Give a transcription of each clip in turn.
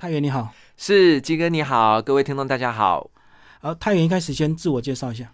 太原你好，是鸡哥你好，各位听众大家好。呃，太原一开始先自我介绍一下。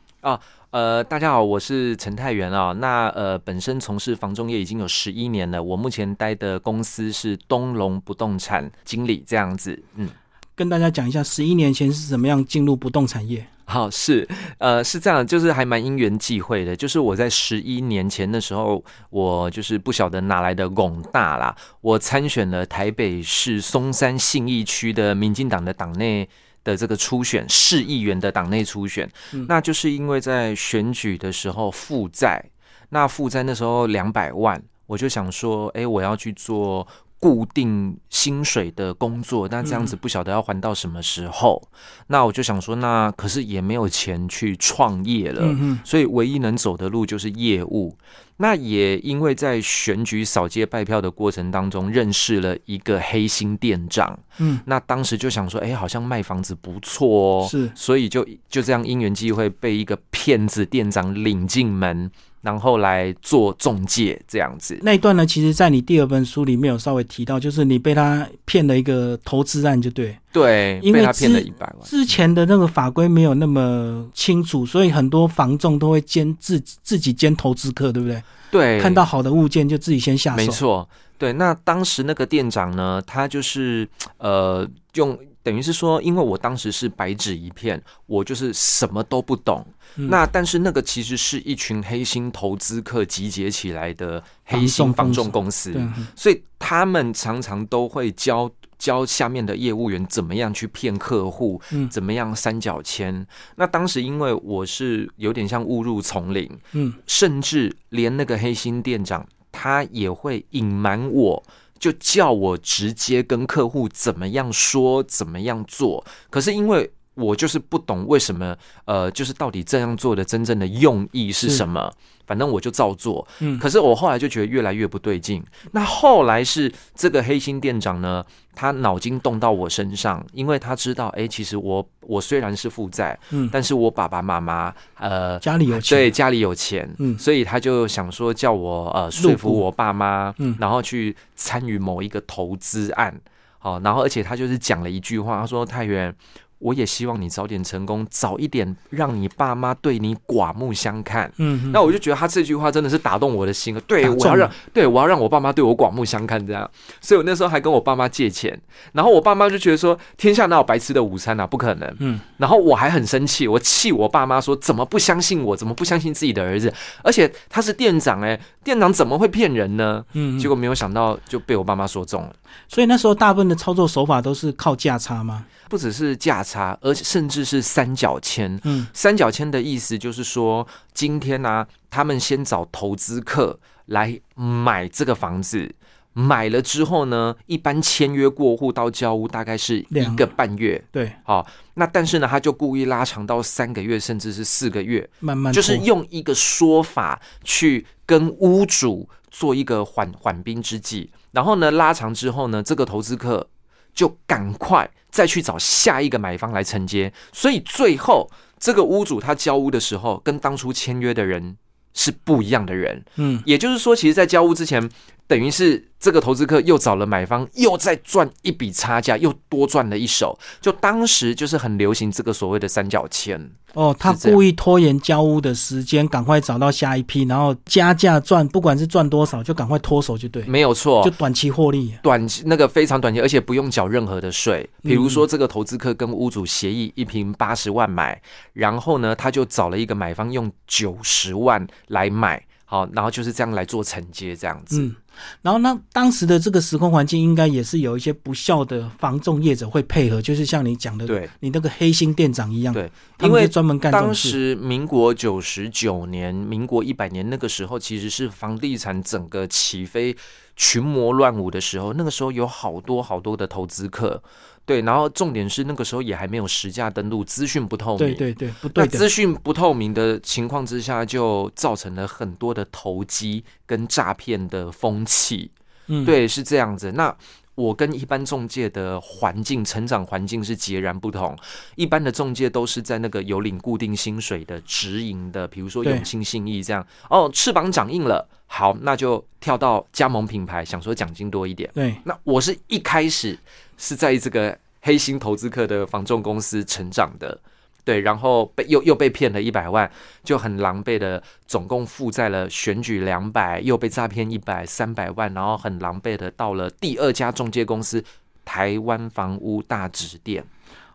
呃，大家好，我是陈太元啊、那呃，本身从事房仲业已经有十一年了，我目前待的公司是东龙不动产经理这样子。嗯，跟大家讲一下，十一年前是怎么样进入不动产业？好是，呃，是这样，就是还蛮因缘际会的。就是我在十一年前的时候，我就是不晓得哪来的拱大啦，我参选了台北市松山信义区的民进党的党内的这个初选，市议员的党内初选。嗯那就是因为在选举的时候负债，那负债那时候两百万，我就想说，哎、我要去做。固定薪水的工作，那这样子嗯不晓得要还到什么时候。那我就想说，那可是也没有钱去创业了，嗯嗯，所以唯一能走的路就是业务。那也因为在选举扫街拜票的过程当中，认识了一个黑心店长，嗯，那当时就想说，哎、好像卖房子不错哦，是所以就就这样因缘际会被一个骗子店长领进门，然后来做中介这样子。那一段呢，其实在你第二本书里面有稍微提到，就是你被他骗了一个投资案，就对。对，因为被他骗了之一百万。之前的那个法规没有那么清楚，所以很多房仲都会兼自自己兼投资客，对不对？对，看到好的物件就自己先下手。没错，对。那当时那个店长呢，他就是呃，用等于是说，因为我当时是白纸一片，我就是什么都不懂。嗯那但是那个其实是一群黑心投资客集结起来的黑房心仲房公仲司公司，对，嗯所以他们常常都会教教下面的业务员怎么样去骗客户，嗯怎么样三角签。那当时因为我是有点像误入丛林，嗯，甚至连那个黑心店长他也会隐瞒我，就叫我直接跟客户怎么样说，怎么样做。可是因为我就是不懂为什么，呃，就是到底这样做的真正的用意是是什么，反正我就照做。嗯可是我后来就觉得越来越不对劲。那后来是这个黑心店长呢，他脑筋动到我身上，因为他知道，哎、其实我我虽然是负债，嗯但是我爸爸妈妈，呃，家里有钱，对，家里有钱，嗯所以他就想说叫我呃说服入股我爸妈，嗯然后去参与某一个投资案，好、然后而且他就是讲了一句话，他说太原，我也希望你早点成功，早一点让你爸妈对你刮目相看。嗯，嗯那我就觉得他这句话真的是打动我的心了，对打中我要让了对我要让我爸妈对我刮目相看这样，所以我那时候还跟我爸妈借钱，然后我爸妈就觉得说天下哪有白吃的午餐啊，不可能，嗯，然后我还很生气，我气我爸妈说怎么不相信我，怎么不相信自己的儿子，而且他是店长哎、店长怎么会骗人呢？嗯，嗯结果没有想到就被我爸妈说中了，所以那时候大部分的操作手法都是靠价差嘛。不只是价差，而且甚至是三角签，嗯三角签的意思就是说，今天呢、他们先找投资客来买这个房子，买了之后呢，一般签约过户到交屋大概是一两个半月。对，好、那但是呢，他就故意拉长到三个月，甚至是四个月，慢慢就是拖用一个说法去跟屋主做一个缓缓兵之计。然后呢，拉长之后呢，这个投资客就赶快再去找下一个买方来承接。所以最后这个屋主他交屋的时候，跟当初签约的人是不一样的人。嗯也就是说，其实，在交屋之前，等于是这个投资客又找了买方，又再赚一笔差价，又多赚了一手。就当时就是很流行这个所谓的三角签。哦，他是这样故意拖延交屋的时间，赶快找到下一批，然后加价赚，不管是赚多少，就赶快脱手就对，没有错，就短期获利。短期那个非常短期，而且不用缴任何的税。比如嗯说，这个投资客跟屋主协议一平八十万买，然后呢，他就找了一个买方用九十万来买，好，然后就是这样来做承接这样子。嗯，然后那当时的这个时空环境，应该也是有一些不孝的房仲业者会配合，就是像你讲的，对，你那个黑心店长一样，对他们因为就专门干这种当事。时民国九十九年、民国一百年那个时候，其实是房地产整个起飞、群魔乱舞的时候。那个时候有好多好多的投资客，对，然后重点是那个时候也还没有实价登录，资讯不透明，对对对，不那对的资，讯不透明的情况之下，就造成了很多的投机跟诈骗的风气。嗯，对，是这样子。那我跟一般中介的环境、成长环境是截然不同。一般的中介都是在那个有领固定薪水的直营的，比如说对永庆、信义这样。哦，翅膀长硬了，好，那就跳到加盟品牌，想说奖金多一点。对，那我是一开始是在这个黑心投资客的房仲公司成长的，对，然后被又又被骗了一百万，就很狼狈的，总共负债了选举两百，又被诈骗一百三百万，然后很狼狈的到了第二家中介公司台湾房屋大直店，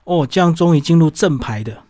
哦，这样终于进入正牌的，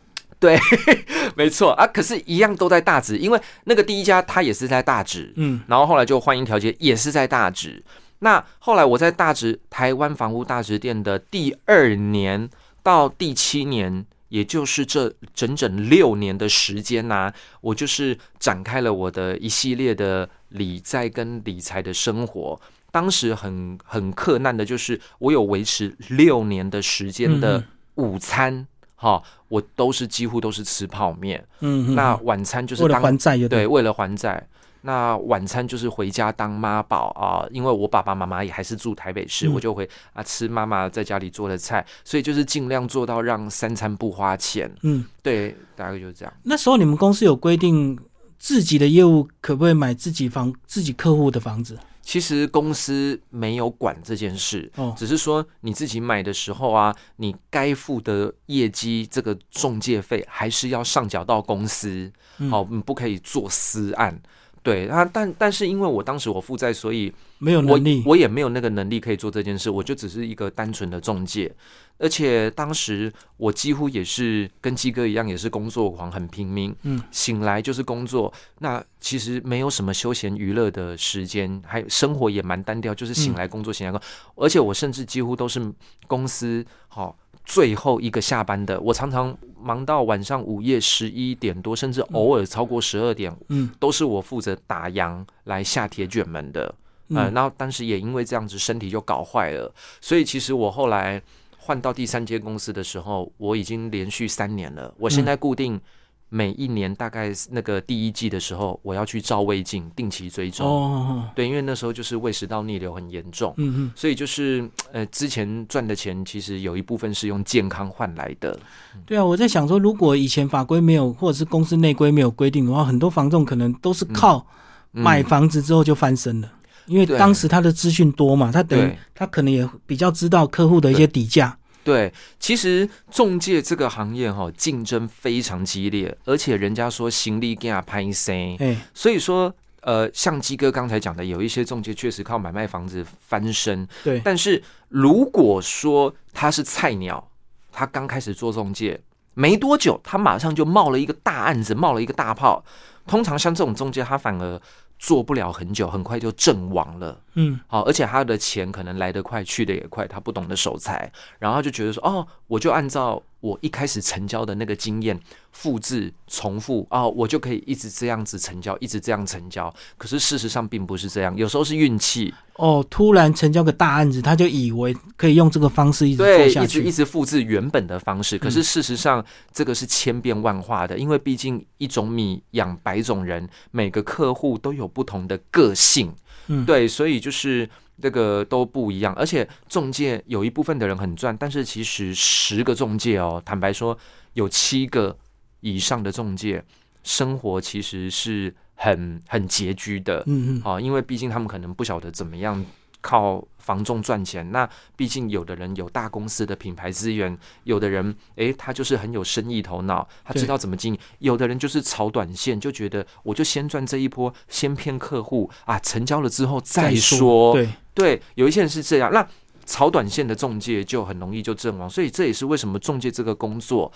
没错啊，可是一样都在大直，因为那个第一家他也是在大直，嗯，然后后来就换一条街，也是在大直。那后来我在大直台湾房屋大直店的第二年到第七年，也就是这整整六年的时间呐、我就是展开了我的一系列的理财跟理财的生活。当时很很克难的就是，我有维持六年的时间嗯的午餐，哈、我都是几乎都是吃泡面，嗯，嗯那晚餐就是为了当还债就对，，为了还债，那晚餐就是回家当妈宝啊，因为我爸爸妈妈也还是住台北市，嗯我就回啊吃妈妈在家里做的菜，所以就是尽量做到让三餐不花钱。嗯，对，大概就是这样。那时候你们公司有规定自己的业务可不可以买自己房、自己客户的房子？其实公司没有管这件事，哦，只是说你自己买的时候啊，你该付的业绩这个中介费还是要上缴到公司，嗯哦，你不可以做私案。对，那、但但是因为我当时我负债，所以没有我能力，我也没有那个能力可以做这件事，我就只是一个单纯的中介。而且当时我几乎也是跟鸡哥一样，也是工作狂，很拼命。嗯，醒来就是工作，那其实没有什么休闲娱乐的时间，还生活也蛮单调，嗯就是醒来工作，醒来工作。而且我甚至几乎都是公司好、最后一个下班的，我常常忙到晚上午夜十一点多，甚至偶尔超过十二点，嗯都是我负责打烊来下铁卷门的。呃，嗯，然后当时也因为这样子身体就搞坏了，所以其实我后来换到第三间公司的时候，我已经连续三年了。嗯我现在固定每一年大概那个第一季的时候，我要去照胃镜定期追哦踪，哦，哦对，因为那时候就是胃食道逆流很严重。嗯嗯，所以就是，呃，之前赚的钱其实有一部分是用健康换来的，对啊，我在想说，如果以前法规没有，或者是公司内规没有规定的话，很多房仲可能都是靠嗯买房子之后就翻身了。因为对当时他的资讯多嘛，他等于对他可能也比较知道客户的一些底价，对，其实中介这个行业哈、竞争非常激烈，而且人家说行李给他拍生，哎，所以说，呃，像鸡哥刚才讲的，有一些中介确实靠买卖房子翻身，对，但是如果说他是菜鸟，他刚开始做中介没多久，他马上就冒了一个大案子，冒了一个大炮。通常像这种中介，他反而做不了很久，很快就阵亡了。嗯，好、而且他的钱可能来得快，去得也快，他不懂得守财，然后他就觉得说，哦，我就按照我一开始成交的那个经验复制、重复，哦，我就可以一直这样子成交，一直这样成交。可是事实上并不是这样，有时候是运气，哦，突然成交个大案子，他就以为可以用这个方式一直做对，下一直一去，嗯直复制原本的方式。可是事实上，这个是千变万化的，因为毕竟一种米养百种人，每个客户都有不同的个性。嗯对，所以就是这个都不一样。而且中介有一部分的人很赚，但是其实十个中介哦，坦白说，有七个以上的中介生活其实是很很拮据的。嗯嗯，啊，因为毕竟他们可能不晓得怎么样靠房仲赚钱。那毕竟有的人有大公司的品牌资源，有的人诶，他就是很有生意头脑，他知对道怎么经营；有的人就是炒短线，就觉得我就先赚这一波，先骗客户啊，成交了之后再说。对，对，有一些人是这样。那炒短线的中介就很容易就阵亡，所以这也是为什么中介这个工作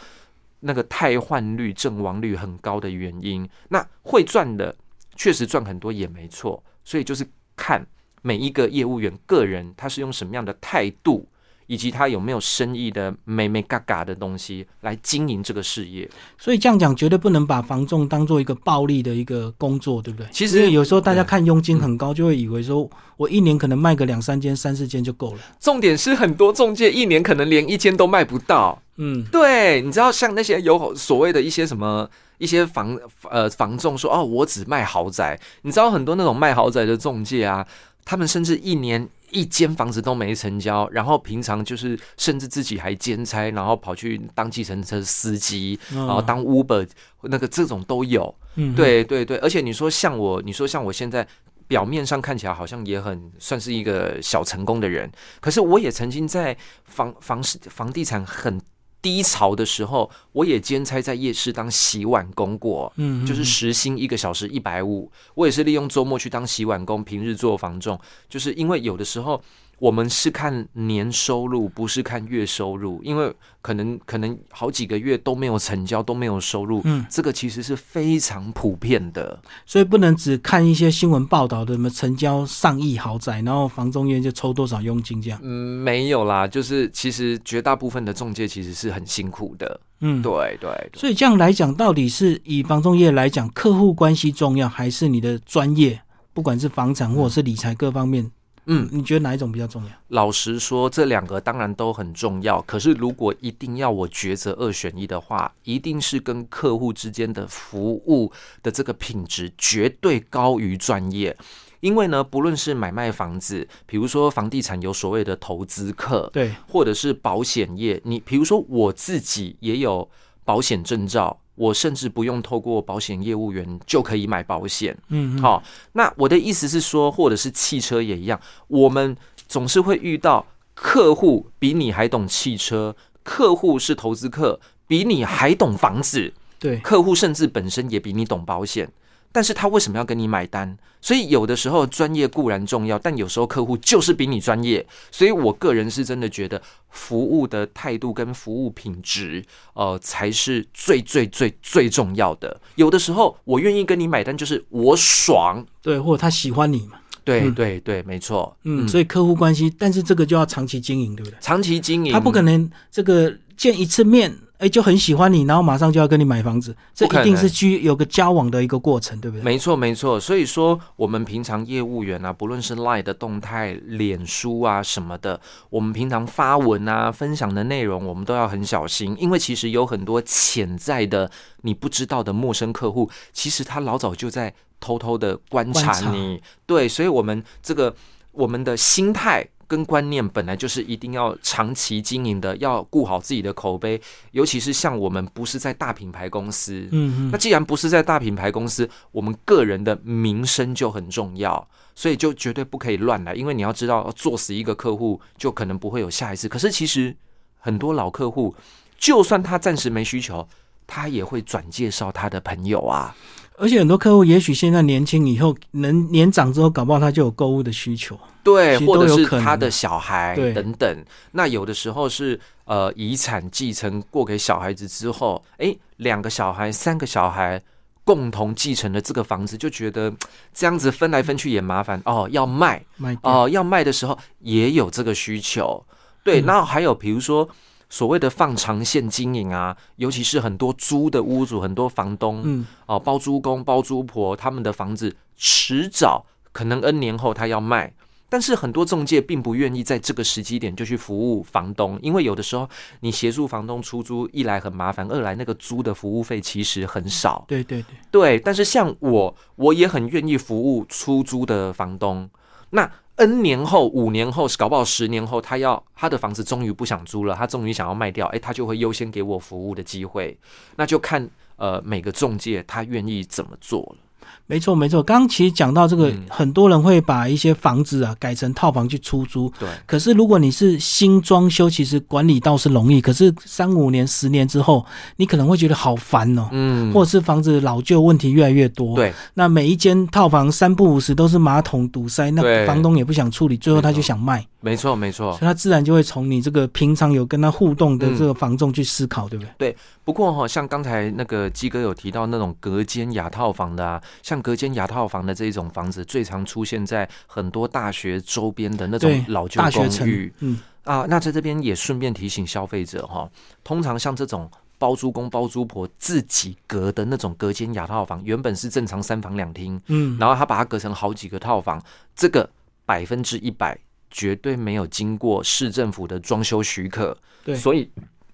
那个汰换率、阵亡率很高的原因。那会赚的确实赚很多也没错，所以就是看每一个业务员个人他是用什么样的态度。以及他有没有生意的美美嘎嘎的东西来经营这个事业，所以这样讲绝对不能把房仲当做一个暴利的一个工作，对不对？其实因为有时候大家对看佣金很高，就会以为说我一年可能卖个两三间、三四间就够了。重点是很多中介一年可能连一间都卖不到，嗯，对，你知道像那些有所谓的一些什么一些房呃房仲说哦，我只卖豪宅，你知道很多那种卖豪宅的中介啊，他们甚至一年一间房子都没成交，然后平常就是甚至自己还兼差，然后跑去当计程车司机，然后哦当 Uber 那个这种都有。嗯，对对对，而且你说像我，你说像我现在表面上看起来好像也很算是一个小成功的人，可是我也曾经在房房市房地产很低潮的时候，我也兼差在夜市当洗碗工过。嗯，嗯，就是时薪一个小时一百五，我也是利用周末去当洗碗工，平日做房仲，就是因为有的时候我们是看年收入，不是看月收入，因为可能可能好几个月都没有成交，都没有收入，嗯，这个其实是非常普遍的，所以不能只看一些新闻报道的什么成交上亿豪宅，然后房中介就抽多少佣金这样。嗯，没有啦，就是其实绝大部分的中介其实是很辛苦的，嗯，。对对对，所以这样来讲，到底是以房仲业来讲，客户关系重要，还是你的专业，不管是房产或者是理财各方面，嗯。你觉得哪一种比较重要？老实说，这两个当然都很重要。可是，如果一定要我抉择二选一的话，一定是跟客户之间的服务的这个品质绝对高于专业。因为呢，不论是买卖房子，比如说房地产有所谓的投资客，对，或者是保险业，你比如说我自己也有保险证照，我甚至不用透过保险业务员就可以买保险。嗯，嗯好、那我的意思是说，或者是汽车也一样，我们总是会遇到客户比你还懂汽车，客户是投资客，比你还懂房子，对，客户甚至本身也比你懂保险。但是他为什么要跟你买单？所以有的时候专业固然重要，但有时候客户就是比你专业。所以我个人是真的觉得服务的态度跟服务品质，呃，才是最最最最重要的。有的时候我愿意跟你买单，就是我爽，对，或者他喜欢你嘛，对对对，没错。嗯，所以客户关系，但是这个就要长期经营，对不对？长期经营，他不可能这个见一次面，哎，就很喜欢你，然后马上就要跟你买房子，这不可一能定是居有个交往的一个过程，对不对？没错，没错。所以说，我们平常业务员啊，不论是 Line 的动态、脸书啊什么的，我们平常发文啊、分享的内容，我们都要很小心，因为其实有很多潜在的你不知道的陌生客户，其实他老早就在偷偷的观观察察你。对，所以我们这个我们的心态。跟观念本来就是一定要长期经营的，要顾好自己的口碑，尤其是像我们不是在大品牌公司，嗯那既然不是在大品牌公司，我们个人的名声就很重要，所以就绝对不可以乱来，因为你要知道，哦做死一个客户，就可能不会有下一次。可是其实很多老客户，就算他暂时没需求，他也会转介绍他的朋友啊。嗯，而且很多客户也许现在年轻，以后能年长之后，搞不好他就有购物的需求。对，其实或者都有是可能他的小孩对等等。那有的时候是呃遗产继承过给小孩子之后，诶，两个小孩、三个小孩共同继承了这个房子，就觉得嘖这样子分来分去也麻烦哦，要卖买掉，哦、要卖的时候也有这个需求。对，嗯然后还有比如说。所谓的放长线经营啊，尤其是很多租的屋主、很多房东，嗯，哦，包租公、包租婆他们的房子，迟早可能 N 年后他要卖。但是很多中介并不愿意在这个时机点就去服务房东，因为有的时候你协助房东出租，一来很麻烦，二来那个租的服务费其实很少。对对对，对，但是像我，我也很愿意服务出租的房东。那 N 年后、五年后，搞不好十年后，他要他的房子终于不想租了，他终于想要卖掉，诶，他就会优先给我服务的机会。那就看呃每个中介他愿意怎么做了。没错没错。刚刚其实讲到这个，嗯很多人会把一些房子啊改成套房去出租。对，可是如果你是新装修，其实管理倒是容易，可是三五年、十年之后，你可能会觉得好烦哦。嗯，或者是房子老旧问题越来越多，，对那每一间套房三不五时都是马桶堵塞，那对房东也不想处理，最后他没错就想卖，没错没错所以。他自然就会从你这个平常有跟他互动的嗯这个房仲去思考，对不对？不过哈、像刚才那个鸡哥有提到那种隔间牙套房的啊，像隔间牙套房的这一种房子，最常出现在很多大学周边的那种对老旧大学公城寓。，嗯，啊，那在这边也顺便提醒消费者哈，通常像这种包租公包租婆自己隔的那种隔间雅套房，原本是正常三房两厅，嗯，然后他把它隔成好几个套房，这个百分之一百绝对没有经过市政府的装修许可，对所以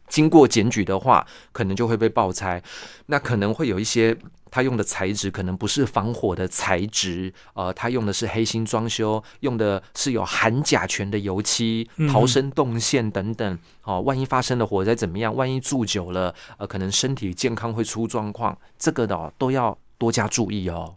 经过检举的话，可能就会被爆拆，那可能会有一些。他用的材质可能不是防火的材质，呃，他用的是黑心装修，用的是有含甲醛的油漆嗯、逃生动线等等。哦，万一发生了火灾怎么样？万一住久了，呃，可能身体健康会出状况，这个的哦、都要多加注意哦。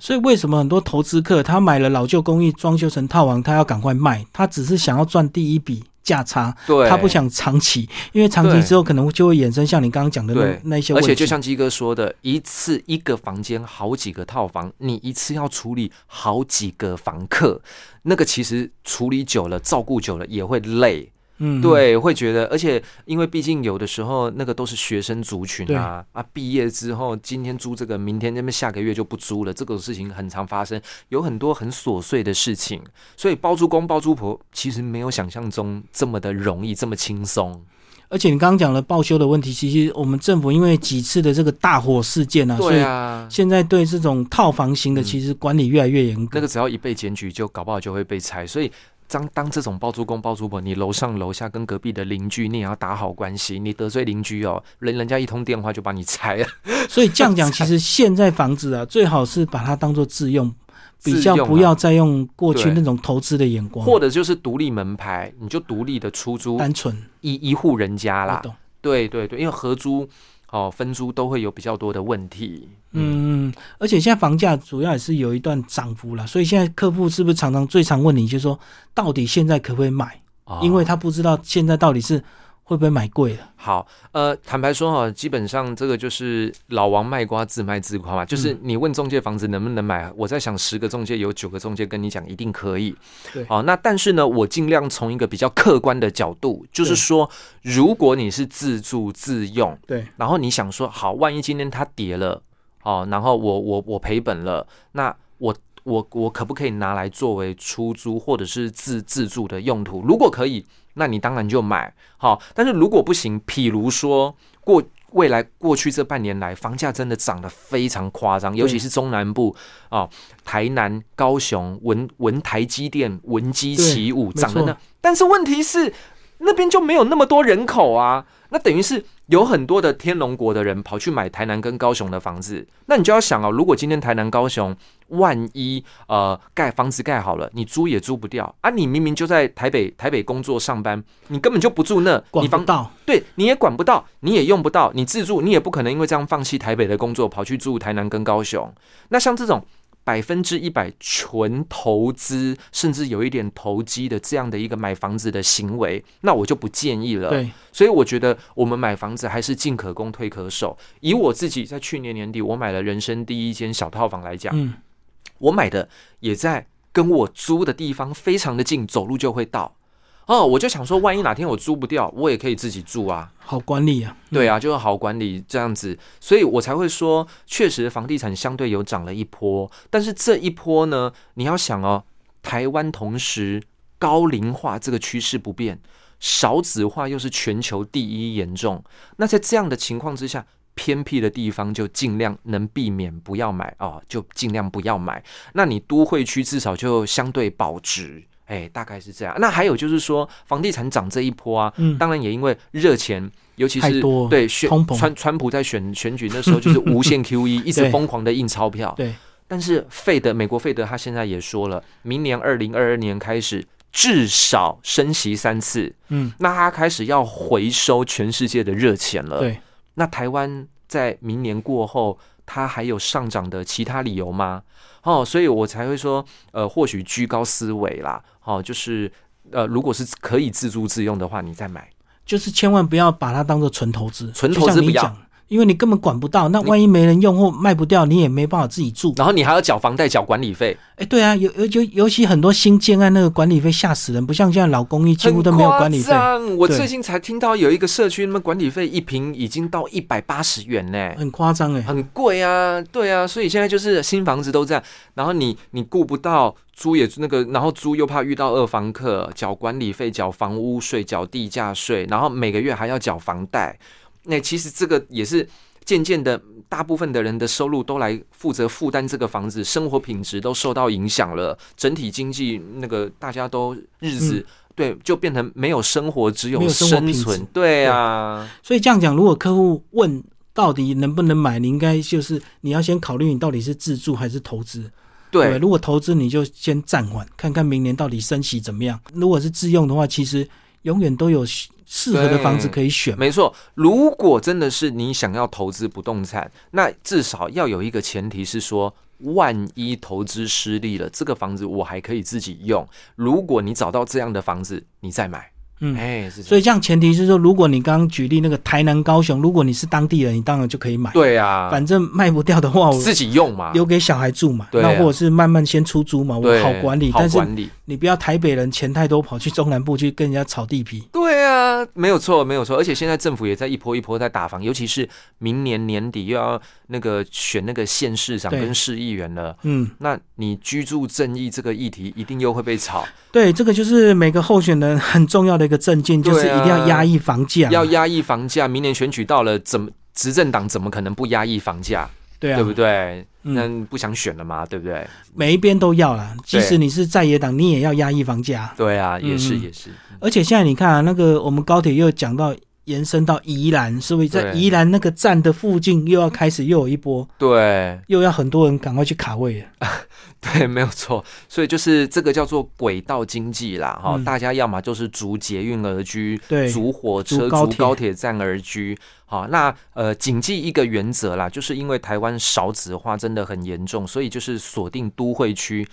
所以为什么很多投资客他买了老旧公寓装修成套房，他要赶快卖，他只是想要赚第一笔价差，对他不想长期，因为长期对之后可能就会衍生像你刚刚讲的对那那些而问题。且就像鸡哥说的，一次一个房间好几个套房，你一次要处理好几个房客，那个其实处理久了、照顾久了也会累。嗯，对，会觉得，而且因为毕竟有的时候那个都是学生族群啊啊，毕业之后今天租这个，明天那边下个月就不租了，这种事情很常发生，有很多很琐碎的事情，所以包租公包租婆其实没有想象中这么的容易，这么轻松。而且你刚刚讲了报修的问题，其实我们政府因为几次的这个大火事件啊，所对以啊，嗯现在对这种套房型的其实管理越来越严格。那个只要一被检举，就搞不好就会被拆，所以。当当这种包租公包租婆，你楼上楼下跟隔壁的邻居，你也要打好关系。你得罪邻居哦，人人家一通电话就把你拆了，所以这样讲，其实现在房子啊，最好是把它当做自用， 比自较用啊不要再用过去对那种投资的眼光，或者就是独立门牌，你就独立的出租单纯。一一户人家我啦。懂。对对对，因为合租哦、分租都会有比较多的问题。嗯，嗯而且现在房价主要也是有一段涨幅了，所以现在客户是不是常常最常问你，就是说到底现在可不可以买？哦因为他不知道现在到底是会不会买贵了。好，呃，坦白说哈、基本上这个就是老王卖瓜，自卖自夸嘛。就是你问中介房子能不能买，我在想十个中介有九个中介跟你讲一定可以。对好、哦那但是呢，我尽量从一个比较客观的角度，就是对说，如果你是自住自用，对，然后你想说，好，万一今天它跌了，哦，然后我我我赔本了，那我我我可不可以拿来作为出租或者是自自住的用途？如果可以，那你当然就买，好、但是如果不行，譬如说过未来过去这半年来，房价真的涨得非常夸张，尤其是中南部哦，台南、高雄、文文台积电、文基对起舞，没涨得错那，但是问题是那边就没有那么多人口啊，那等于是有很多的天龙国的人跑去买台南跟高雄的房子，那你就要想哦，如果今天台南、高雄万一呃盖房子盖好了，你租也租不掉啊，你明明就在台北台北工作上班，你根本就不住那，管你不房到。对你也管不到，你也用不到，你自住你也不可能因为这样放弃台北的工作，跑去住台南跟高雄。那像这种百分之一百纯投资，甚至有一点投机的这样的一个买房子的行为，那我就不建议了。对，所以我觉得我们买房子还是进可攻退可守。以我自己在去年年底我买了人生第一间小套房来讲，嗯，我买的也在跟我租的地方非常的近，走路就会到。哦，我就想说，万一哪天我租不掉，我也可以自己住啊。好管理啊。对啊，就是好管理这样子，所以我才会说，确实房地产相对有涨了一波，但是这一波呢，你要想哦，台湾同时高龄化这个趋势不变，少子化又是全球第一严重，那在这样的情况之下。偏僻的地方就尽量能避免不要买啊、就尽量不要买。那你都会区至少就相对保值，哎，大概是这样。那还有就是说，房地产涨这一波啊，嗯当然也因为热钱，尤其太是多对选通膨川川普在选选举那时候就是无限 QE，一直对疯狂的印钞票。对，但是费德美国费德他现在也说了，明年二零二二年开始至少升息三次，嗯，那他开始要回收全世界的热钱了。对，那台湾在明年过后，它还有上涨的其他理由吗？哦，所以我才会说，呃，或许居高思危啦，哦，就是呃，如果是可以自住自用的话，你再买。就是千万不要把它当做纯投资，纯投就资像你不要讲，因为你根本管不到。那万一没人用或卖不掉，你也没办法自己住。然后你还要缴房贷、缴管理费，哎，对啊，尤尤尤尤其很多新建案那个管理费吓死人，不像现在老公寓几乎都没有管理费很，夸张我对最近才听到有一个社区，那么管理费一平已经到一百八十元呢、很夸 张哎、很贵啊，对啊，所以现在就是新房子都这样，然后你你顾不到租也那个，然后租又怕遇到二房客，缴管理费、缴房屋税、缴地价税，然后每个月还要缴房贷，那其实这个也是渐渐的，大部分的人的收入都来负责负担这个房子，生活品质都受到影响了，整体经济那个大家都日子对，就变成没有生活，只嗯没有生活生品质存。对啊，所以这样讲，如果客户问到底能不能买，你应该就是你要先考虑你到底是自住还是投资。对如果投资你就先暂缓，看看明年到底升息怎么样。如果是自用的话，其实永远都有适适合的房子可以选嘛。没错，如果真的是你想要投资不动产，那至少要有一个前提是说，万一投资失利了，这个房子我还可以自己用。如果你找到这样的房子，你再买。嗯哎、是这样。所以这样前提是说，如果你刚刚举例那个台南、高雄，如果你是当地人，你当然就可以买。对啊，反正卖不掉的话，我自己用嘛，留给小孩住嘛。对啊那或者是慢慢先出租嘛，对我好管理。好但是管理。你不要台北人钱太多，跑去中南部去跟人家炒地皮。对啊，没有错，没有错。而且现在政府也在一波一波在打房，尤其是明年年底又要那个选那个县市长对跟市议员了。嗯，那你居住正义这个议题一定又会被炒，对，这个就是每个候选人很重要的一个证件，就是对一啊定要压抑房价嘛。要压抑房价。明年选举到了，怎么执政党怎么可能不压抑房价，对啊，对不对？嗯那不想选了嘛，对不对？每一边都要啦，即对使你是在野党，你也要压抑房价啊。对啊，也是嗯也是，而且现在你看啊，那个我们高铁又讲到延伸到宜兰，是不是在对宜兰那个站的附近又要开始又有一波，对 又要很多人赶快去卡位了？对，没有错。所以就是这个叫做轨道经济啦，哈、嗯大家要么就是逐捷运而居，对逐火逐车、高逐铁高铁站而居。好，那呃，谨记一个原则啦，就是因为台湾少子化真的很严重，所以就是锁定都会区，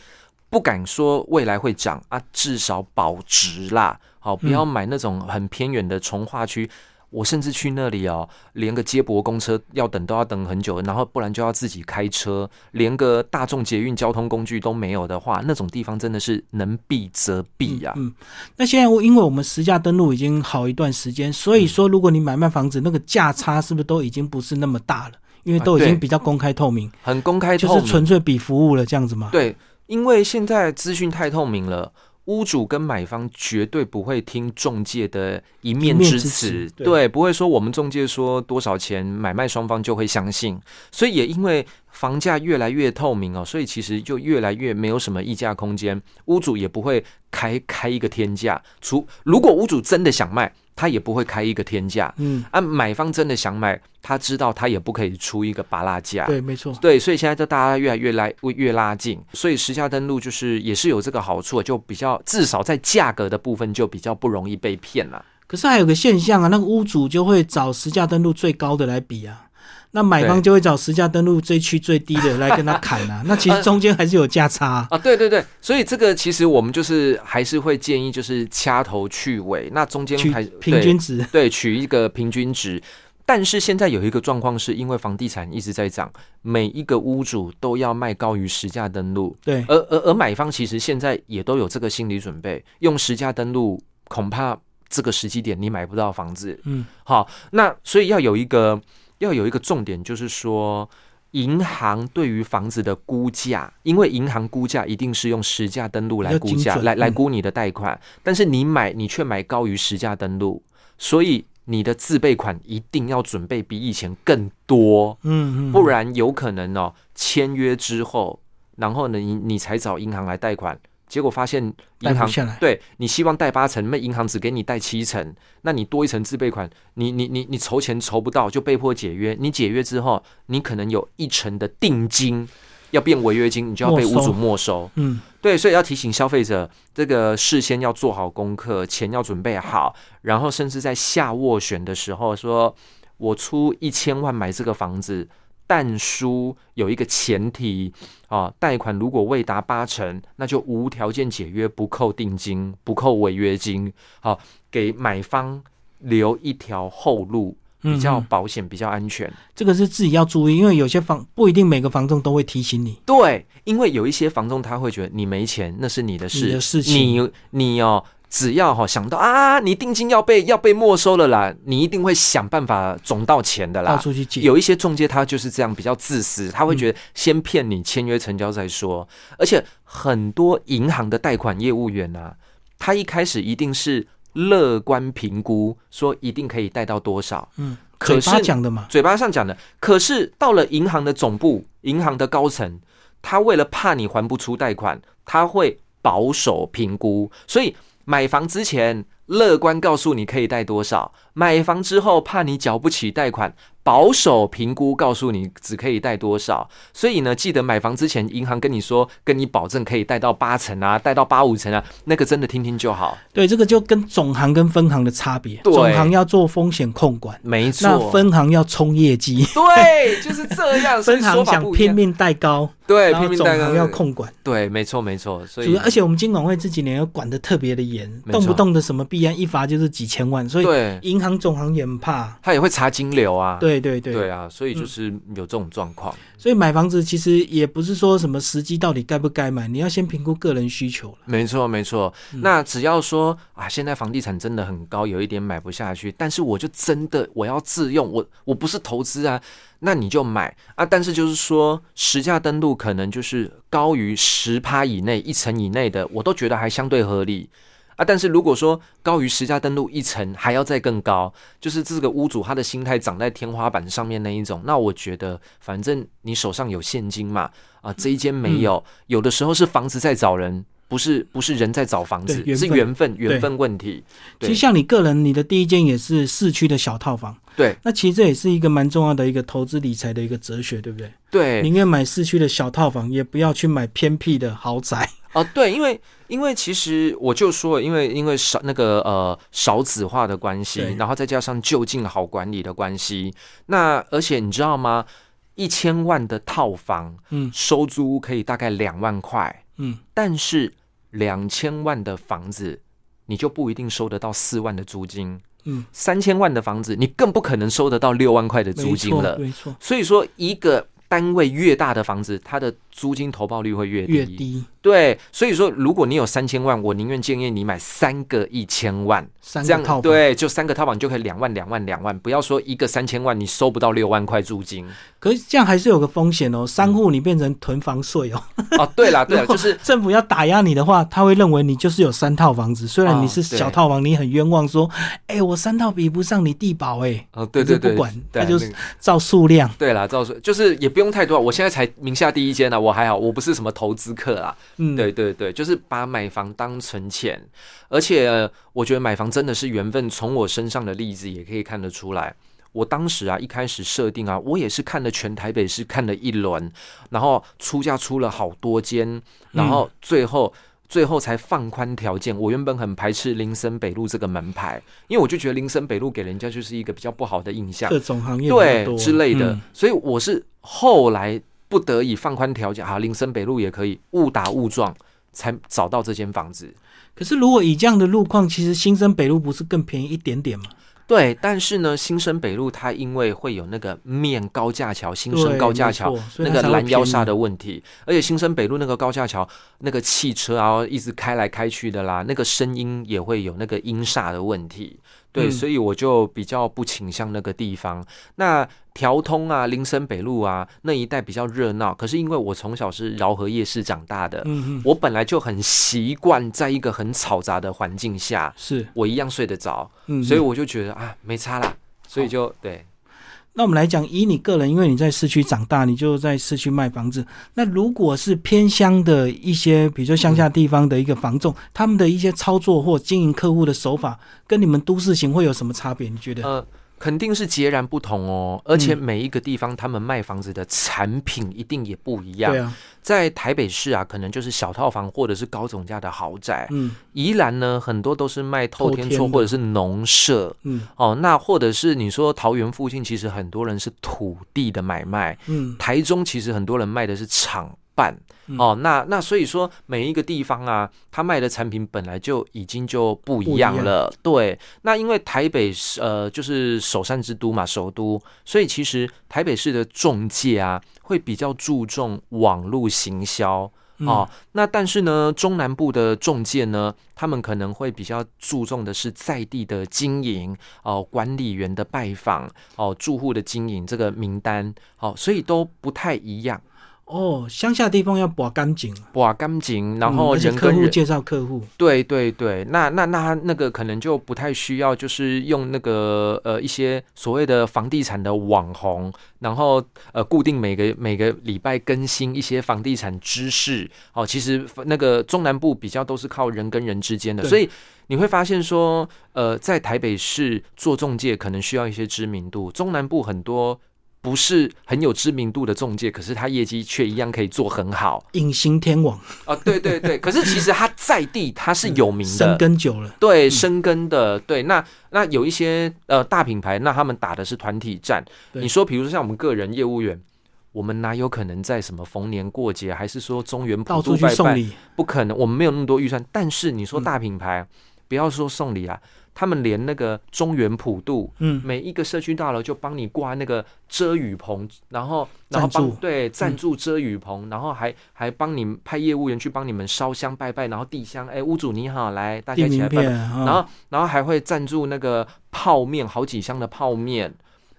不敢说未来会涨啊，至少保值啦。好，嗯不要买那种很偏远的从化区。我甚至去那里哦，连个接驳公车要等都要等很久，然后不然就要自己开车，连个大众捷运交通工具都没有的话，那种地方真的是能避则避啊呀、嗯，那现在我因为我们实价登录已经好一段时嗯间，所以说如果你买卖房子，那个价差是不是都已经不是那么大了？因为都已啊经对比较公开透明，很公开就透是明。纯粹比服务了这样子嘛。对，因为现在资讯太透明了，屋主跟买方绝对不会听中介的一面面之之词，词对对，不会说我们中介说多少钱，买卖双方就会相信。所以也因为房价越来越透明哦，所以其实就越来越没有什么议价空间，屋主也不会开开一个天价，除如果屋主真的想卖，他也不会开一个天价。嗯，啊，买方真的想买，他知道他也不可以出一个拔拉价，对，没错。对，所以现在就大家越来越来越拉近，所以实价登录就是也是有这个好处，就比较至少在价格的部分就比较不容易被骗了。可是还有个现象啊，那个屋主就会找实价登录最高的来比啊，那买方对就会找实价登录这一区最低的来跟他砍啊。那呃其实中间还是有价差啊、啊，对对对，所以这个其实我们就是还是会建议就是掐头去尾，那中间取还平均值。对对取一个平均值。但是现在有一个状况，是因为房地产一直在涨，每一个屋主都要卖高于实价登录，对，而而而买方其实现在也都有这个心理准备，用实价登录恐怕这个时机点你买不到房子。嗯，好，那所以要有一个要有一个重点，就是说银行对于房子的估价，因为银行估价一定是用实价登录来比估较精价，准来来嗯估你的贷款，但是你买你却买高于实价登录，所以你的自备款一定要准备比以前更多。嗯嗯，不然有可能哦，签约之后，然后呢，你你才找银行来贷款，结果发现贷银不行下来。对你希望贷八成，那银行只给你贷七成，那你多一层自备款，你你你你筹钱筹不到，就被迫解约。你解约之后，你可能有一成的定金要变违约金，你就要被没屋收主没收。嗯，对，所以要提醒消费者，这个事先要做好功课，钱要准备好，然后甚至在下斡旋的时候说，我出一千万买这个房子，但书有一个前提啊，贷款如果未达八成，那就无条件解约，不扣定金，不扣违约金，好、给买方留一条后路，嗯比较嗯保险，比较安全。这个是自己要注意，因为有些房不一定每个房东都会提醒你。对，因为有一些房东他会觉得你没钱，那是你的事，你的事情你你哦，只要哈、想到啊，你定金要被要被没收了啦，你一定会想办法总到钱的到啦。处去嗯借，有一些中介他就是这样比较自私，他会觉得先骗你签约成交再说，而且很多银行的贷款业务员啊，他一开始一定是乐观评估，说一定可以贷到多少，嗯，可嘴巴是讲的嘛，嘴巴上讲的，可是到了银行的总部，银行的高层，他为了怕你还不出贷款，他会保守评估，所以买房之前乐观告诉你可以贷多少，买房之后怕你缴不起贷款，保守评估告诉你只可以贷多少。所以呢，记得买房之前，银行跟你说，跟你保证可以贷到八成啊，贷到八五成啊，那个真的听听就好。对，这个就跟总行跟分行的差别，对总行要做风险控管，没那错，分行要冲业绩，对，就是这样。所以分说行法想不一拼样，命带高， 对，然拼后命总贷行款要，控管。对，没错没错。所主以要，而且我们金管会这几年又管得特别的严，没错动不动的什么弊案一罚就是几千万，所以对，银行总行也很怕。他也会查金流啊，对对对，嗯对啊，所以就是有这种状况。所以买房子其实也不是说什么时机到底该不该买，你要先评估个人需求了。没错，没错。那只要说啊，现在房地产真的很高，有一点买不下去，但是我就真的我要自用，我我不是投资啊，那你就买啊。但是就是说，实价登录可能就是高于十趴以内、一成以内的，我都觉得还相对合理。啊，但是如果说高于实价登录一层还要再更高，就是这个屋主他的心态长在天花板上面那一种，那我觉得反正你手上有现金嘛，啊，这一间没有，有的时候是房子在找人，不是不是人在找房子，对是缘缘分缘分问题。其对实像你个人，你的第一间也是市区的小套房，对那其实这也是一个蛮重要的一个投资理财的一个哲学，对不对？对宁愿买市区的小套房，也不要去买偏僻的豪宅。哦、对，因为因为其实我就说，因为因为少那个呃少子化的关系对，然后再加上就近好管理的关系，那而且你知道吗？一千万的套房嗯收租可以大概两万块，嗯，但是两千万的房子你就不一定收得到四万的租金，嗯，三千万的房子你更不可能收得到六万块的租没金了错，。没错，所以说，一个单位越大的房子，它的租金投报率会越低。越低对，所以说，如果你有三千万，我宁愿建议你买三个一千万，三这个样套房。对，就三个套房你就可以两万、两万、两万，不要说一个三千万你收不到六万块 租金可是这样还是有个风险嗯哦，三户你变成囤房税哦。 哦。对啦，对啦，如果就是政府要打压你的话，他会认为你就是有三套房子，虽然你是哦对小套房，你很冤枉说，哎、我三套比不上你地保、哎，哦，对对可对，是不管对他就那个照数量。对啦，照说就是也不用太多啊，我现在才名下第一间呢、啊我还好，我不是什么投资客啊。嗯，对对对，就是把买房当存钱，而且、呃我觉得买房真的是缘分，从我身上的例子也可以看得出来。我当时啊，一开始设定啊，我也是看了全台北市看了一轮，然后出价出了好多间，然后最后、最后才放宽条件。我原本很排斥林森北路这个门牌，因为我就觉得林森北路给人家就是一个比较不好的印象。各种行业比较对多之类的嗯。所以我是后来不得已放宽条件，啊，林森北路也可以误打误撞才找到这间房子。可是如果以这样的路况，其实新生北路不是更便宜一点点吗？对，但是呢，新生北路它因为会有那个面高架桥、新生对高架没桥错所以它那个才会拦腰便宜煞的问题，而且新生北路那个高架桥那个汽车啊一直开来开去的啦，那个声音也会有那个音煞的问题。对，嗯所以我就比较不倾向那个地方。那调通啊、林森北路啊那一带比较热闹，可是因为我从小是饶河夜市长大的，嗯嗯，我本来就很习惯在一个很嘈杂的环境下，是，我一样睡得着。嗯，所以嗯我就觉得啊，没差啦，所以就对那我们来讲，以你个人，因为你在市区长大，你就在市区卖房子。那如果是偏乡的一些，比如说乡下地方的一个房仲，他们的一些操作或经营客户的手法，跟你们都市型会有什么差别？你觉得？呃，肯定是截然不同哦，而且每一个地方他们卖房子的产品一定也不一样。对啊，在台北市啊，可能就是小套房或者是高总价的豪宅；嗯宜兰呢，很多都是卖透天透天厝的或者是农舍。嗯哦，那或者是你说桃园附近，其实很多人是土地的买卖，嗯，台中其实很多人卖的是厂办、嗯哦，那那所以说每一个地方啊，他卖的产品本来就已经就不一样不一了。对，那因为台北是呃就是首善之都嘛，首都，所以其实台北市的中介啊会比较注重网络行销。嗯哦，那但是呢，中南部的中介呢，他们可能会比较注重的是在地的经营哦、管理员的拜访哦、住户的经营这个名单哦，所以都不太一样。哦，乡下地方要保干净，哇，干净，然后嗯而且人客跟户人，介绍客户，对对对，那那那他那个可能就不太需要，就是用那个呃一些所谓的房地产的网红，然后呃固定每个每个礼拜更新一些房地产知识哦。其实那个中南部比较都是靠人跟人之间的，对所以你会发现说，呃，在台北市做中介可能需要一些知名度，中南部很多不是很有知名度的中介，可是他业绩却一样可以做很好隐形天网啊、对对对，可是其实他在地他是有名生的，根久了，对深耕的，对，那那有一些呃大品牌，那他们打的是团体战。对你说，比如说像我们个人业务员，我们哪有可能在什么逢年过节，还是说中原普到渡处去拜送拜？礼，不可能，我们没有那么多预算。但是你说嗯大品牌，不要说送礼啊，他们连那个中原普渡，嗯，每一个社区大楼就帮你挂那个遮雨棚，然后然后赞助帮对赞助遮雨棚，然后还还帮你派业务员去帮你们烧香拜拜，然后递香，哎，屋主你好，来大家递一起名来拜拜片，。哦然然后然后还会赞助那个泡面，好几箱的泡面，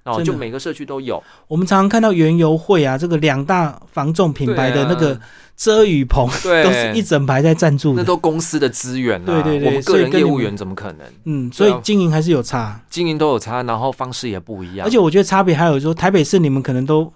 哦，真的就每个社区都 有我们常常看到原油会啊，这个两大防重品牌啊的那个遮雨棚，对啊，都是一对，整排在赞助那的。都公司的资源啊，对对对我们所个以人跟业你务们员怎么可能嗯，所以对啊经营还是有差，经营都有差，然后方式也不一样，而且我觉得差别还有说，台北市你们可能都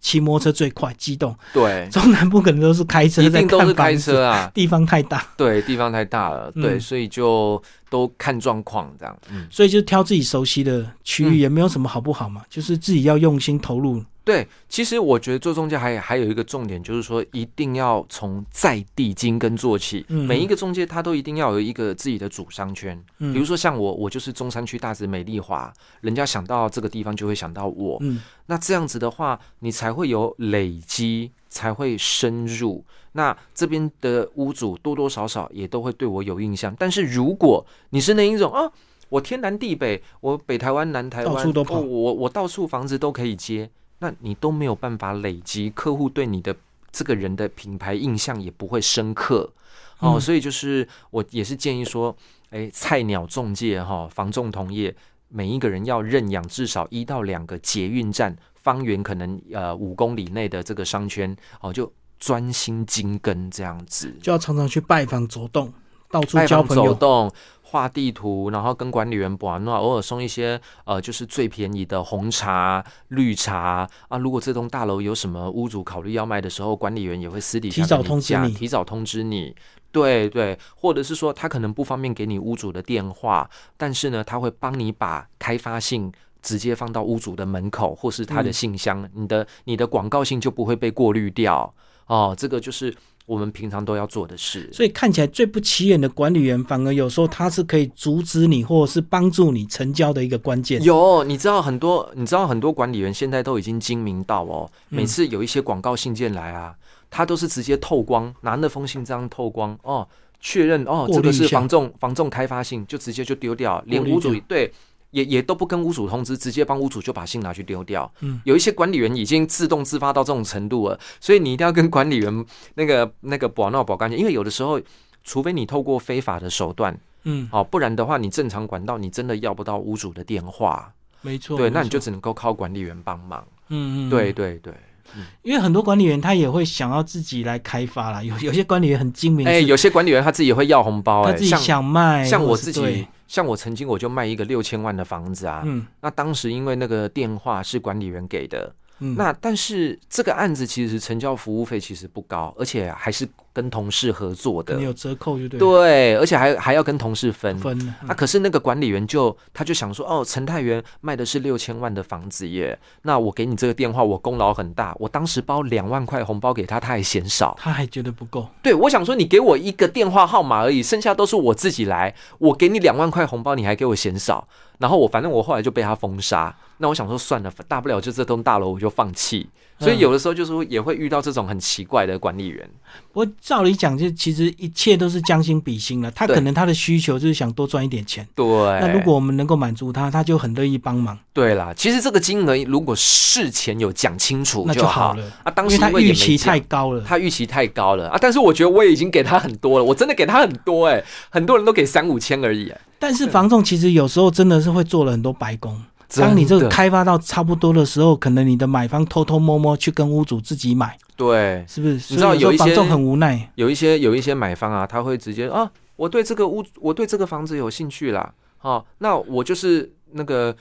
骑摩托车最快，激动；对，中南部可能都是开车嗯一在定都看是房开子，车啊，地方太大，对，地方太大了，对，嗯所以就都看状况这样，嗯，所以就挑自己熟悉的区域，嗯也没有什么好不好嘛，就是自己要用心投入。对，其实我觉得做中介还还有一个重点，就是说一定要从在地精耕做起，嗯每一个中介他都一定要有一个自己的主商圈，比如嗯说像我，我就是中山区大直美丽华，人家想到这个地方就会想到我。嗯，那这样子的话，你才会有累积，才会深入。那这边的屋主多多少少也都会对我有印象。但是如果你是那一种啊，我天南地北，我北台湾、南台湾，到处都跑哦我我到处房子都可以接，那你都没有办法累积客户对你的这个人的品牌印象，也不会深刻。哦，嗯所以就是我也是建议说，哎，菜鸟中介哈、房仲同业，每一个人要认养至少一到两个捷运站方圆可能呃五公里内的这个商圈哦，就专心精耕这样子，就要常常去拜访走动，到处拜交访朋走友。动。画地图，然后跟管理员玩，那啊偶尔送一些呃，就是最便宜的红茶、绿茶啊。如果这栋大楼有什么屋主考虑要卖的时候，管理员也会私底下提早跟通知讲你提早通知你。对对，或者是说他可能不方便给你屋主的电话，但是呢，他会帮你把开发信直接放到屋主的门口或是他的嗯信箱，你的你的广告信就不会被过滤掉哦。这个就是我们平常都要做的事。所以看起来最不起眼的管理员，反而有时候他是可以阻止你，或者是帮助你成交的一个关键。有，你知道很多，你知道很多管理员现在都已经精明到哦，每嗯次有一些广告信件来啊，他都是直接透光，拿那封信这样透光哦，确认哦，过这滤个一是下房仲房仲开发信，就直接就丢掉，连过滤屋主掉对。也也都不跟屋主通知，直接帮屋主就把信拿去丢掉。嗯，有一些管理员已经自动自发到这种程度了，所以你一定要跟管理员那个那个保闹保干净，因为有的时候，除非你透过非法的手段，嗯，哦，不然的话，你正常管道你真的要不到屋主的电话，没错。对，没那你就错只能够靠管理员帮忙。嗯嗯，嗯对，对对，因为很多管理员他也会想要自己来开发啦，有有 些管理员很精明，哎，是有些管理员他自己会要红包，他哎，自己像想卖，像或我是自对己，像我曾经我就卖一个六千万的房子啊，嗯那当时因为那个电话是管理员给的，嗯，那但是这个案子其实成交服务费其实不高，而且还是跟同事合作可的能，有折扣就对了，对，而且还还要跟同事分。分了嗯啊，可是那个管理员就他就想说，哦，陈太元卖的是六千万的房子耶，那我给你这个电话，我功劳很大，我当时包两万块红包给他，他还嫌少。他还觉得不够，对，我想说你给我一个电话号码而已，剩下都是我自己来，我给你两万块红包，你还给我嫌少，然后我反正我后来就被他封杀。那我想说算了，大不了就这栋大楼我就放弃。所嗯以有的时候就是说也会遇到这种很奇怪的管理员，我照理讲，就其实一切都是将心比心了。他对哎可能他的需求就是想多赚一点钱，对，那如果我们能够满足他，他就很乐意帮忙，对啦，其实这个金额如果事前有讲清楚那就好好了，啊，当因时为他也预没期讲太高了。他预期太高了啊！但是我觉得我也已经给他很多了，我真的给他很多哎、很多人都给三五千而已、哎但是房仲其实有时候真的是会做了很多白工。真的当你这个开发到差不多的时候，可能你的买方偷偷摸摸去跟屋主自己买，对，是不是？知道所以有有一时候些房仲很无奈，有一些有一些买方啊，他会直接啊，我对这个屋，我对这个房子有兴趣啦，哦，那我就是那个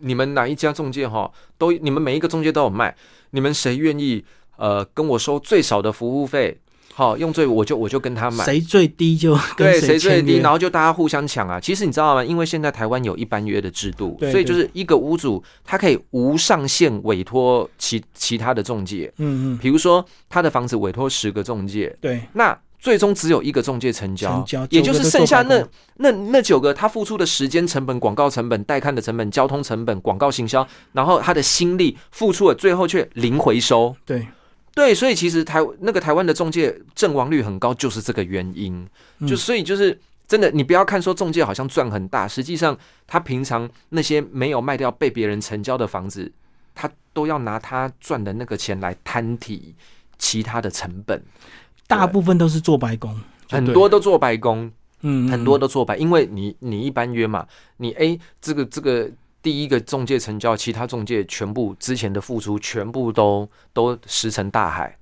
你们哪一家中介哈，都你们每一个中介都有卖，你们谁愿意呃跟我收最少的服务费？好、用最我就我就跟他买，谁最低就跟对，谁最签低，约然后就大家互相抢啊。其实你知道吗？因为现在台湾有一般约的制度，对所以就对是一个屋主他可以无上限委托其其他的中介，嗯嗯，比如说他的房子委托十个中介，对，那最终只有一个中介成交，成交也九就个是都剩下做白那那那九个，他付出的时间成本、广告成本、带看的成本、交通成本、广告行销，然后他的心力付出了，最后却零回收。对，对，所以其实台那个台湾的中介阵亡率很高，就是这个原因。嗯就所以就是真的，你不要看说中介好像赚很大，实际上他平常那些没有卖掉被别人成交的房子，他都要拿他赚的那个钱来摊提其他的成本，大部分都是做白工，就很对多都做白工，嗯嗯很多都做白，因为你你一般约嘛，你 A 这个这个。第一个中介成交，其他中介全部之前的付出全部都都石沉大海，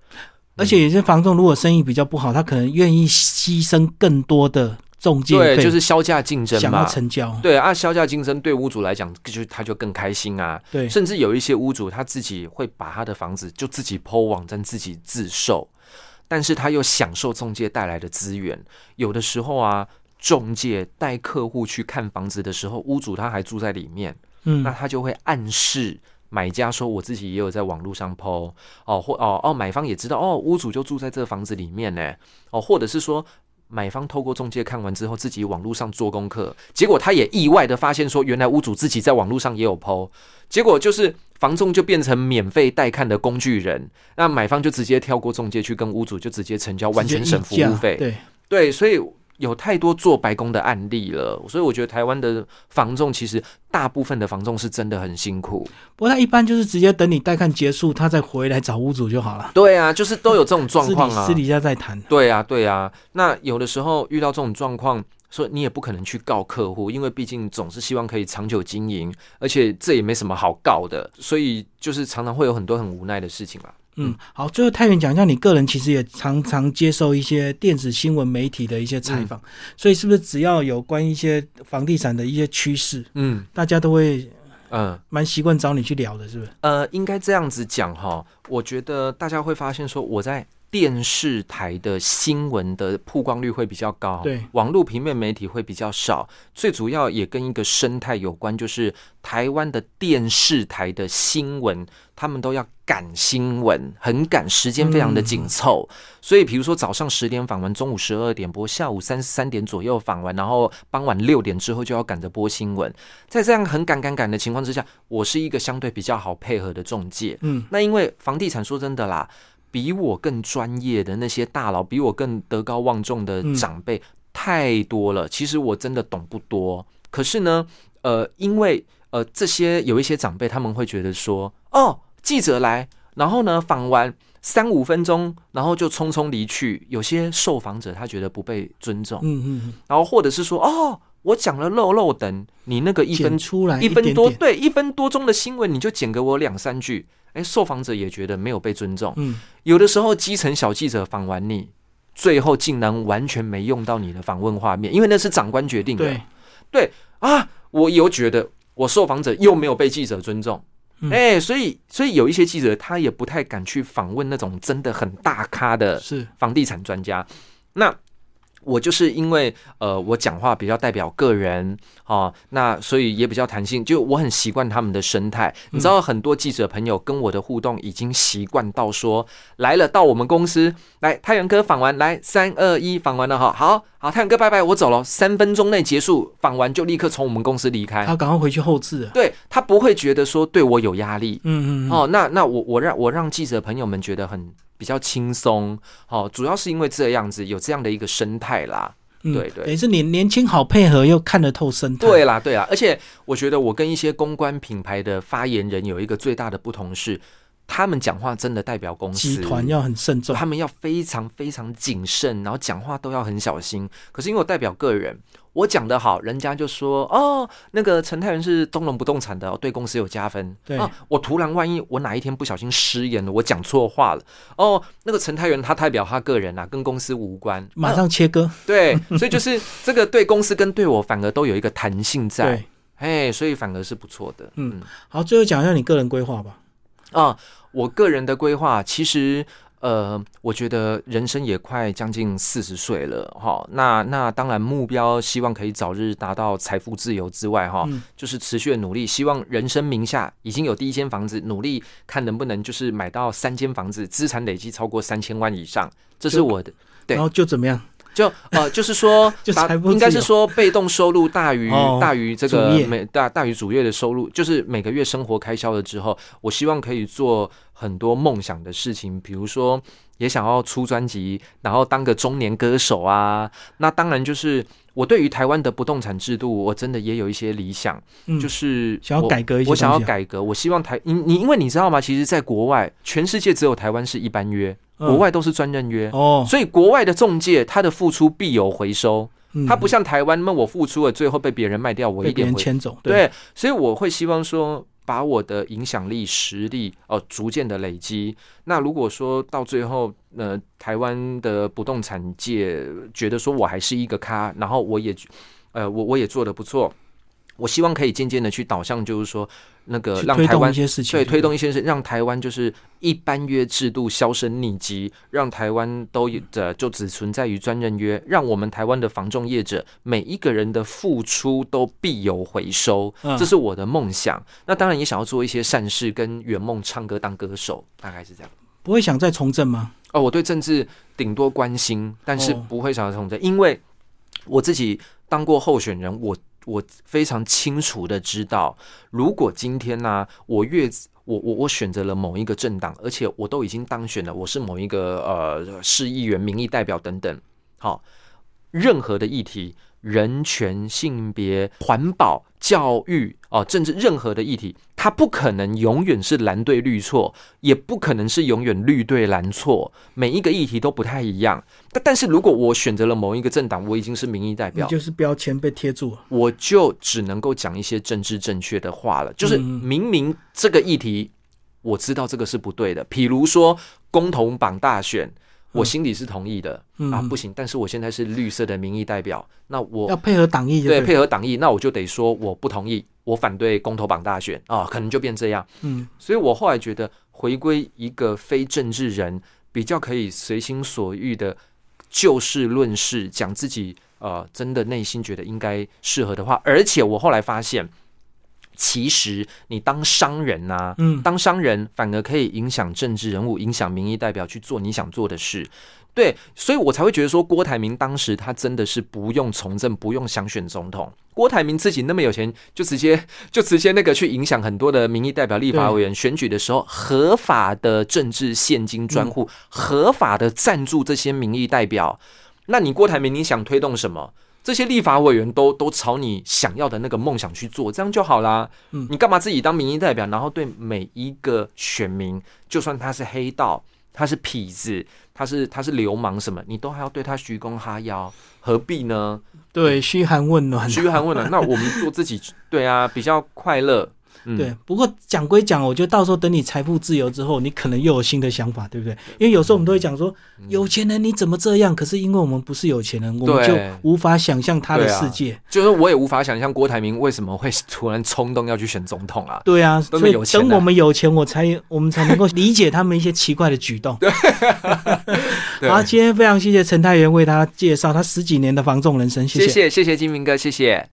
而且有些房仲如果生意比较不好，他可能愿意牺牲更多的中介费，对，就是销价竞争想要嘛。成交，对啊，销价竞争对屋主来讲，就是他就更开心啊。对甚至有一些屋主他自己会把他的房子就自己抛网站自己自售，但是他又享受中介带来的资源。有的时候啊，中介带客户去看房子的时候，屋主他还住在里面，嗯那他就会暗示买家说，我自己也有在网络上 PO 哦，或哦哦，买方也知道哦，屋主就住在这房子里面呢，哦，或者是说。买方透过中介看完之后，自己网络上做功课，结果他也意外的发现说，原来屋主自己在网络上也有 PO，结果就是房仲就变成免费带看的工具人，那买方就直接跳过中介去跟屋主就直接成交，完全省直服接务议价费。对，对，所以有太多做白工的案例了，所以我觉得台湾的房仲其实大部分的房仲是真的很辛苦。不过他一般就是直接等你带看结束，他再回来找屋主就好了，对啊，就是都有这种状私况 底啊私。底下再谈，对啊，对啊。那有的时候遇到这种状况，说你也不可能去告客户，因为毕竟总是希望可以长久经营，而且这也没什么好告的，所以就是常常会有很多很无奈的事情啊。嗯，好，最后太原讲一下，你个人其实也常常接受一些电子新闻媒体的一些采嗯访，所以是不是只要有关一些房地产的一些趋势，嗯大家都会嗯。蛮习惯找你去聊的，是不是？呃，应该这样子讲哈，我觉得大家会发现说，我在电视台的新闻的曝光率会比较高，对，网络平面媒体会比较少。最主要也跟一个生态有关，就是台湾的电视台的新闻，他们都要赶新闻，很赶，时间非常的紧凑。所以，比如说早上十点访完，中午十二点播，下午三三点左右访完，然后傍晚六点之后就要赶着播新闻。在这样很赶赶赶的情况之下，我是一个相对比较好配合的中介。嗯，那因为房地产说真的啦，比我更专业的那些大佬，比我更德高望重的嗯长辈、太多了。其实我真的懂不多，可是呢，呃，因为呃这些有一些长辈他们会觉得说，哦，记者来，然后呢访完。三五分钟，然后就匆匆离去。有些受访者他觉得不被尊重，嗯嗯嗯，然后或者是说，哦，我讲了漏漏等，你那个一分剪出来一分啊点多点，对一分多钟的新闻，你就剪给我两三句。哎，受访者也觉得没有被尊重。嗯，有的时候基层小记者访完你，最后竟然完全没用到你的访问画面，因为那是长官决定的对，啊。我又觉得我受访者又没有被记者尊重。嗯哎、所以所以有一些记者他也不太敢去访问那种真的很大咖的是，房地产专家。那我就是因为呃，我讲话比较代表个人哦，那所以也比较弹性，就我很习惯他们的生态。你知道，很多记者朋友跟我的互动已经习惯到说，来了到我们公司来太原哥访完，来三二一访完了哈，好好太原哥拜拜，我走了，三分钟内结束访完就立刻从我们公司离开。他赶快回去后置了，对他不会觉得说对我有压力，嗯嗯，嗯，哦，那那我我让我让记者朋友们觉得很比较轻松，哦，主要是因为这样子有这样的一个生态啦，嗯对对等于是年年轻好配合又看得透生态，对啦对啦，而且我觉得我跟一些公关品牌的发言人有一个最大的不同是，他们讲话真的代表公司集团要很慎重，他们要非常非常谨慎，然后讲话都要很小心。可是因为我代表个人，我讲得好，人家就说哦，那个陈太元是东龙不动产的，哦对公司有加分。对啊，我突然万一我哪一天不小心失言了，我讲错话了，哦，那个陈太元他代表他个人啊，跟公司无关。马啊上切割，对，所以就是这个对公司跟对我反而都有一个弹性在对，，哎，所以反而是不错的。嗯好，最后讲一下你个人规划吧，啊，我个人的规划其实。呃，我觉得人生也快将近四十岁了哈。那那当然目标希望可以早日达到财富自由之外哈，嗯就是持续的努力，希望人生名下已经有第一间房子，努力看能不能就是买到三间房子，资产累积超过三千万以上，这是就我的。对然后就怎么样？就呃，就是说 ，就把财富自由应该是说被动收入大于、哦大于这主个业每大大于主业的收入，就是每个月生活开销了之后，我希望可以做很多梦想的事情，比如说也想要出专辑，然后当个中年歌手啊。那当然就是我对于台湾的不动产制度，我真的也有一些理想，嗯，就是想要我改革一些我想要东西啊改革，我希望台你你因为你知道吗？其实，在国外，全世界只有台湾是一般约，嗯国外都是专任约。哦，所以国外的中介他的付出必有回收，嗯他不像台湾，那我付出了，最后被别人卖掉，我被一别点人回。牵走，，对，所以我会希望说，把我的影响力、实力哦、呃逐渐的累积。那如果说到最后，呃，台湾的不动产界觉得说我还是一个咖，然后我也，呃，我我也做的不错，我希望可以渐渐的去导向，就是说那个去呃让推台动湾一些事情，对，推动一些是让台湾就是一般约制度销声匿迹，让台湾都有呃就只存在于专任约，让我们台湾的房仲业者每一个人的付出都必有回收，嗯这是我的梦想。那当然也想要做一些善事，跟圆梦唱歌当歌手，大概是这样。不会想再从政吗？哦，我对政治顶多关心，但是哦不会想要从政，因为我自己当过候选人，我我非常清楚的知道，如果今天呢、我越我我我选择了某一个政党，而且我都已经当选了，我是某一个呃市议员、民意代表等等，好、任何的议题，人权、性别、环保、教育哦、政治任何的议题，它不可能永远是蓝对绿错，也不可能是永远绿对蓝错，每一个议题都不太一样。但但是如果我选择了某一个政党，我已经是民意代你表，就是标签被贴住了，我就只能够讲一些政治正确的话了。就是嗯明明这个议题，我知道这个是不对的，比如说公投榜大选，我心里是同意的、嗯啊，不行，但是我现在是绿色的民意代表，那我要配合党意就对对了，配合党意，那我就得说我不同意，我反对公投榜大选啊，可能就变这样。嗯，所以我后来觉得，回归一个非政治人，比较可以随心所欲的就事论事，讲自己呃真的内心觉得应该适合的话。而且我后来发现，其实你当商人呐、嗯当商人反而可以影响政治人物，影响民意代表去做你想做的事。对，所以我才会觉得说，郭台铭当时他真的是不用从政，不用想选总统。郭台铭自己那么有钱，就直接就直接那个去影响很多的民意代表、立法委员选举的时候，合法的政治现金专户，合法的赞助这些民意代表。那你郭台铭，你想推动什么？这些立法委员都都朝你想要的那个梦想去做，这样就好啦。嗯你干嘛自己当民意代表，然后对每一个选民，就算他是黑道，他是痞子，他是他是流氓什么，你都还要对他鞠躬哈腰，何必呢？嗯对，嘘寒问暖，嘘寒问暖，那我们做自己，对啊，比较快乐。嗯，对，不过讲归讲，我觉得到时候等你财富自由之后，你可能又有新的想法，对不对？因为有时候我们都会讲说，有钱人你怎么这样？可是因为我们不是有钱人，我们嗯对啊就无法想象他的世界。就是我也无法想象郭台铭为什么会突然冲动要去选总统啊。对啊，都所以没有钱啊等我们有钱，我才我们才能够理解他们一些奇怪的举动。 对，好，今天非常谢谢陈太元为他介绍他十几年的防重人生，谢谢谢谢金明哥，谢谢。